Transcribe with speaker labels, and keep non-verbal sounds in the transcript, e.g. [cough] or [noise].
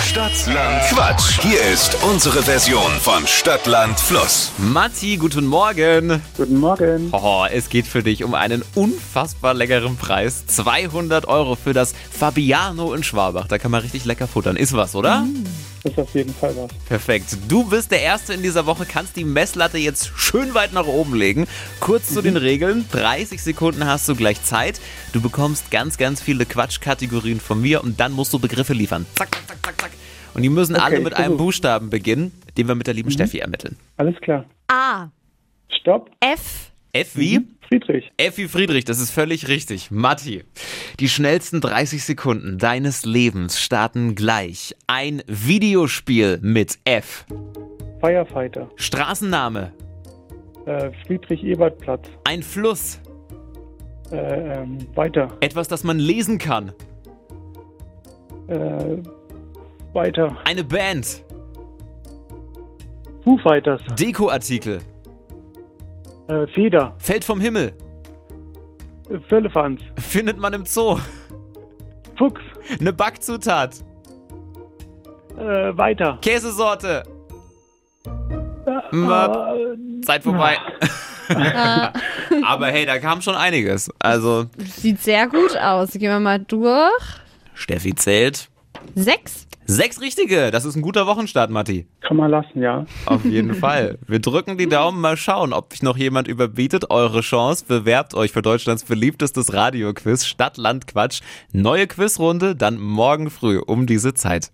Speaker 1: Stadtland Quatsch. Hier ist unsere Version von Stadtland Fluss.
Speaker 2: Matti, guten Morgen.
Speaker 3: Guten Morgen.
Speaker 2: Oh, es geht für dich um einen unfassbar leckeren Preis. 200 Euro für das Fabiano in Schwabach. Da kann man richtig lecker futtern. Ist was, oder?
Speaker 3: Ist auf jeden Fall was.
Speaker 2: Perfekt. Du bist der Erste in dieser Woche, kannst die Messlatte jetzt schön weit nach oben legen. Kurz zu den Regeln. 30 Sekunden hast du gleich Zeit. Du bekommst ganz, ganz viele Quatschkategorien von mir und dann musst du Begriffe liefern. Zack, zack, zack, zack, zack. Und die müssen alle
Speaker 3: ich
Speaker 2: mit einem
Speaker 3: versuch's.
Speaker 2: Buchstaben beginnen, den wir mit der lieben Steffi ermitteln.
Speaker 3: Alles klar.
Speaker 4: A.
Speaker 3: Stopp.
Speaker 4: F.
Speaker 2: F wie?
Speaker 3: Mhm. Friedrich.
Speaker 2: Effi Friedrich, das ist völlig richtig. Matti, die schnellsten 30 Sekunden deines Lebens starten gleich. Ein Videospiel mit F.
Speaker 3: Firefighter.
Speaker 2: Straßenname.
Speaker 3: Äh, Friedrich-Ebert-Platz.
Speaker 2: Ein Fluss.
Speaker 3: Äh, ähm, weiter.
Speaker 2: Etwas, das man lesen kann.
Speaker 3: Äh, weiter.
Speaker 2: Eine Band.
Speaker 3: Foo Fighters.
Speaker 2: Dekoartikel.
Speaker 3: Äh, Feder.
Speaker 2: Fällt vom Himmel. [laughs]
Speaker 3: Äh, Firlefanz.
Speaker 2: Findet man im Zoo.
Speaker 3: Fuchs.
Speaker 2: Eine Backzutat.
Speaker 3: Äh, weiter.
Speaker 2: Käsesorte. Map.
Speaker 3: Äh,
Speaker 2: Zeit vorbei. [laughs] Aber hey, da kam schon einiges. Also,
Speaker 4: Sieht sehr gut aus. Gehen wir mal durch.
Speaker 2: Steffi zählt.
Speaker 4: Sechs.
Speaker 2: Sechs richtige. Das ist ein guter Wochenstart, Matti.
Speaker 3: Kann man lassen, ja.
Speaker 2: Auf jeden Fall. Wir drücken die Daumen, mal schauen, ob sich noch jemand überbietet. Eure Chance, bewerbt euch für Deutschlands beliebtestes Radioquiz Stadt, Land, Quatsch. Neue Quizrunde dann morgen früh um diese Zeit.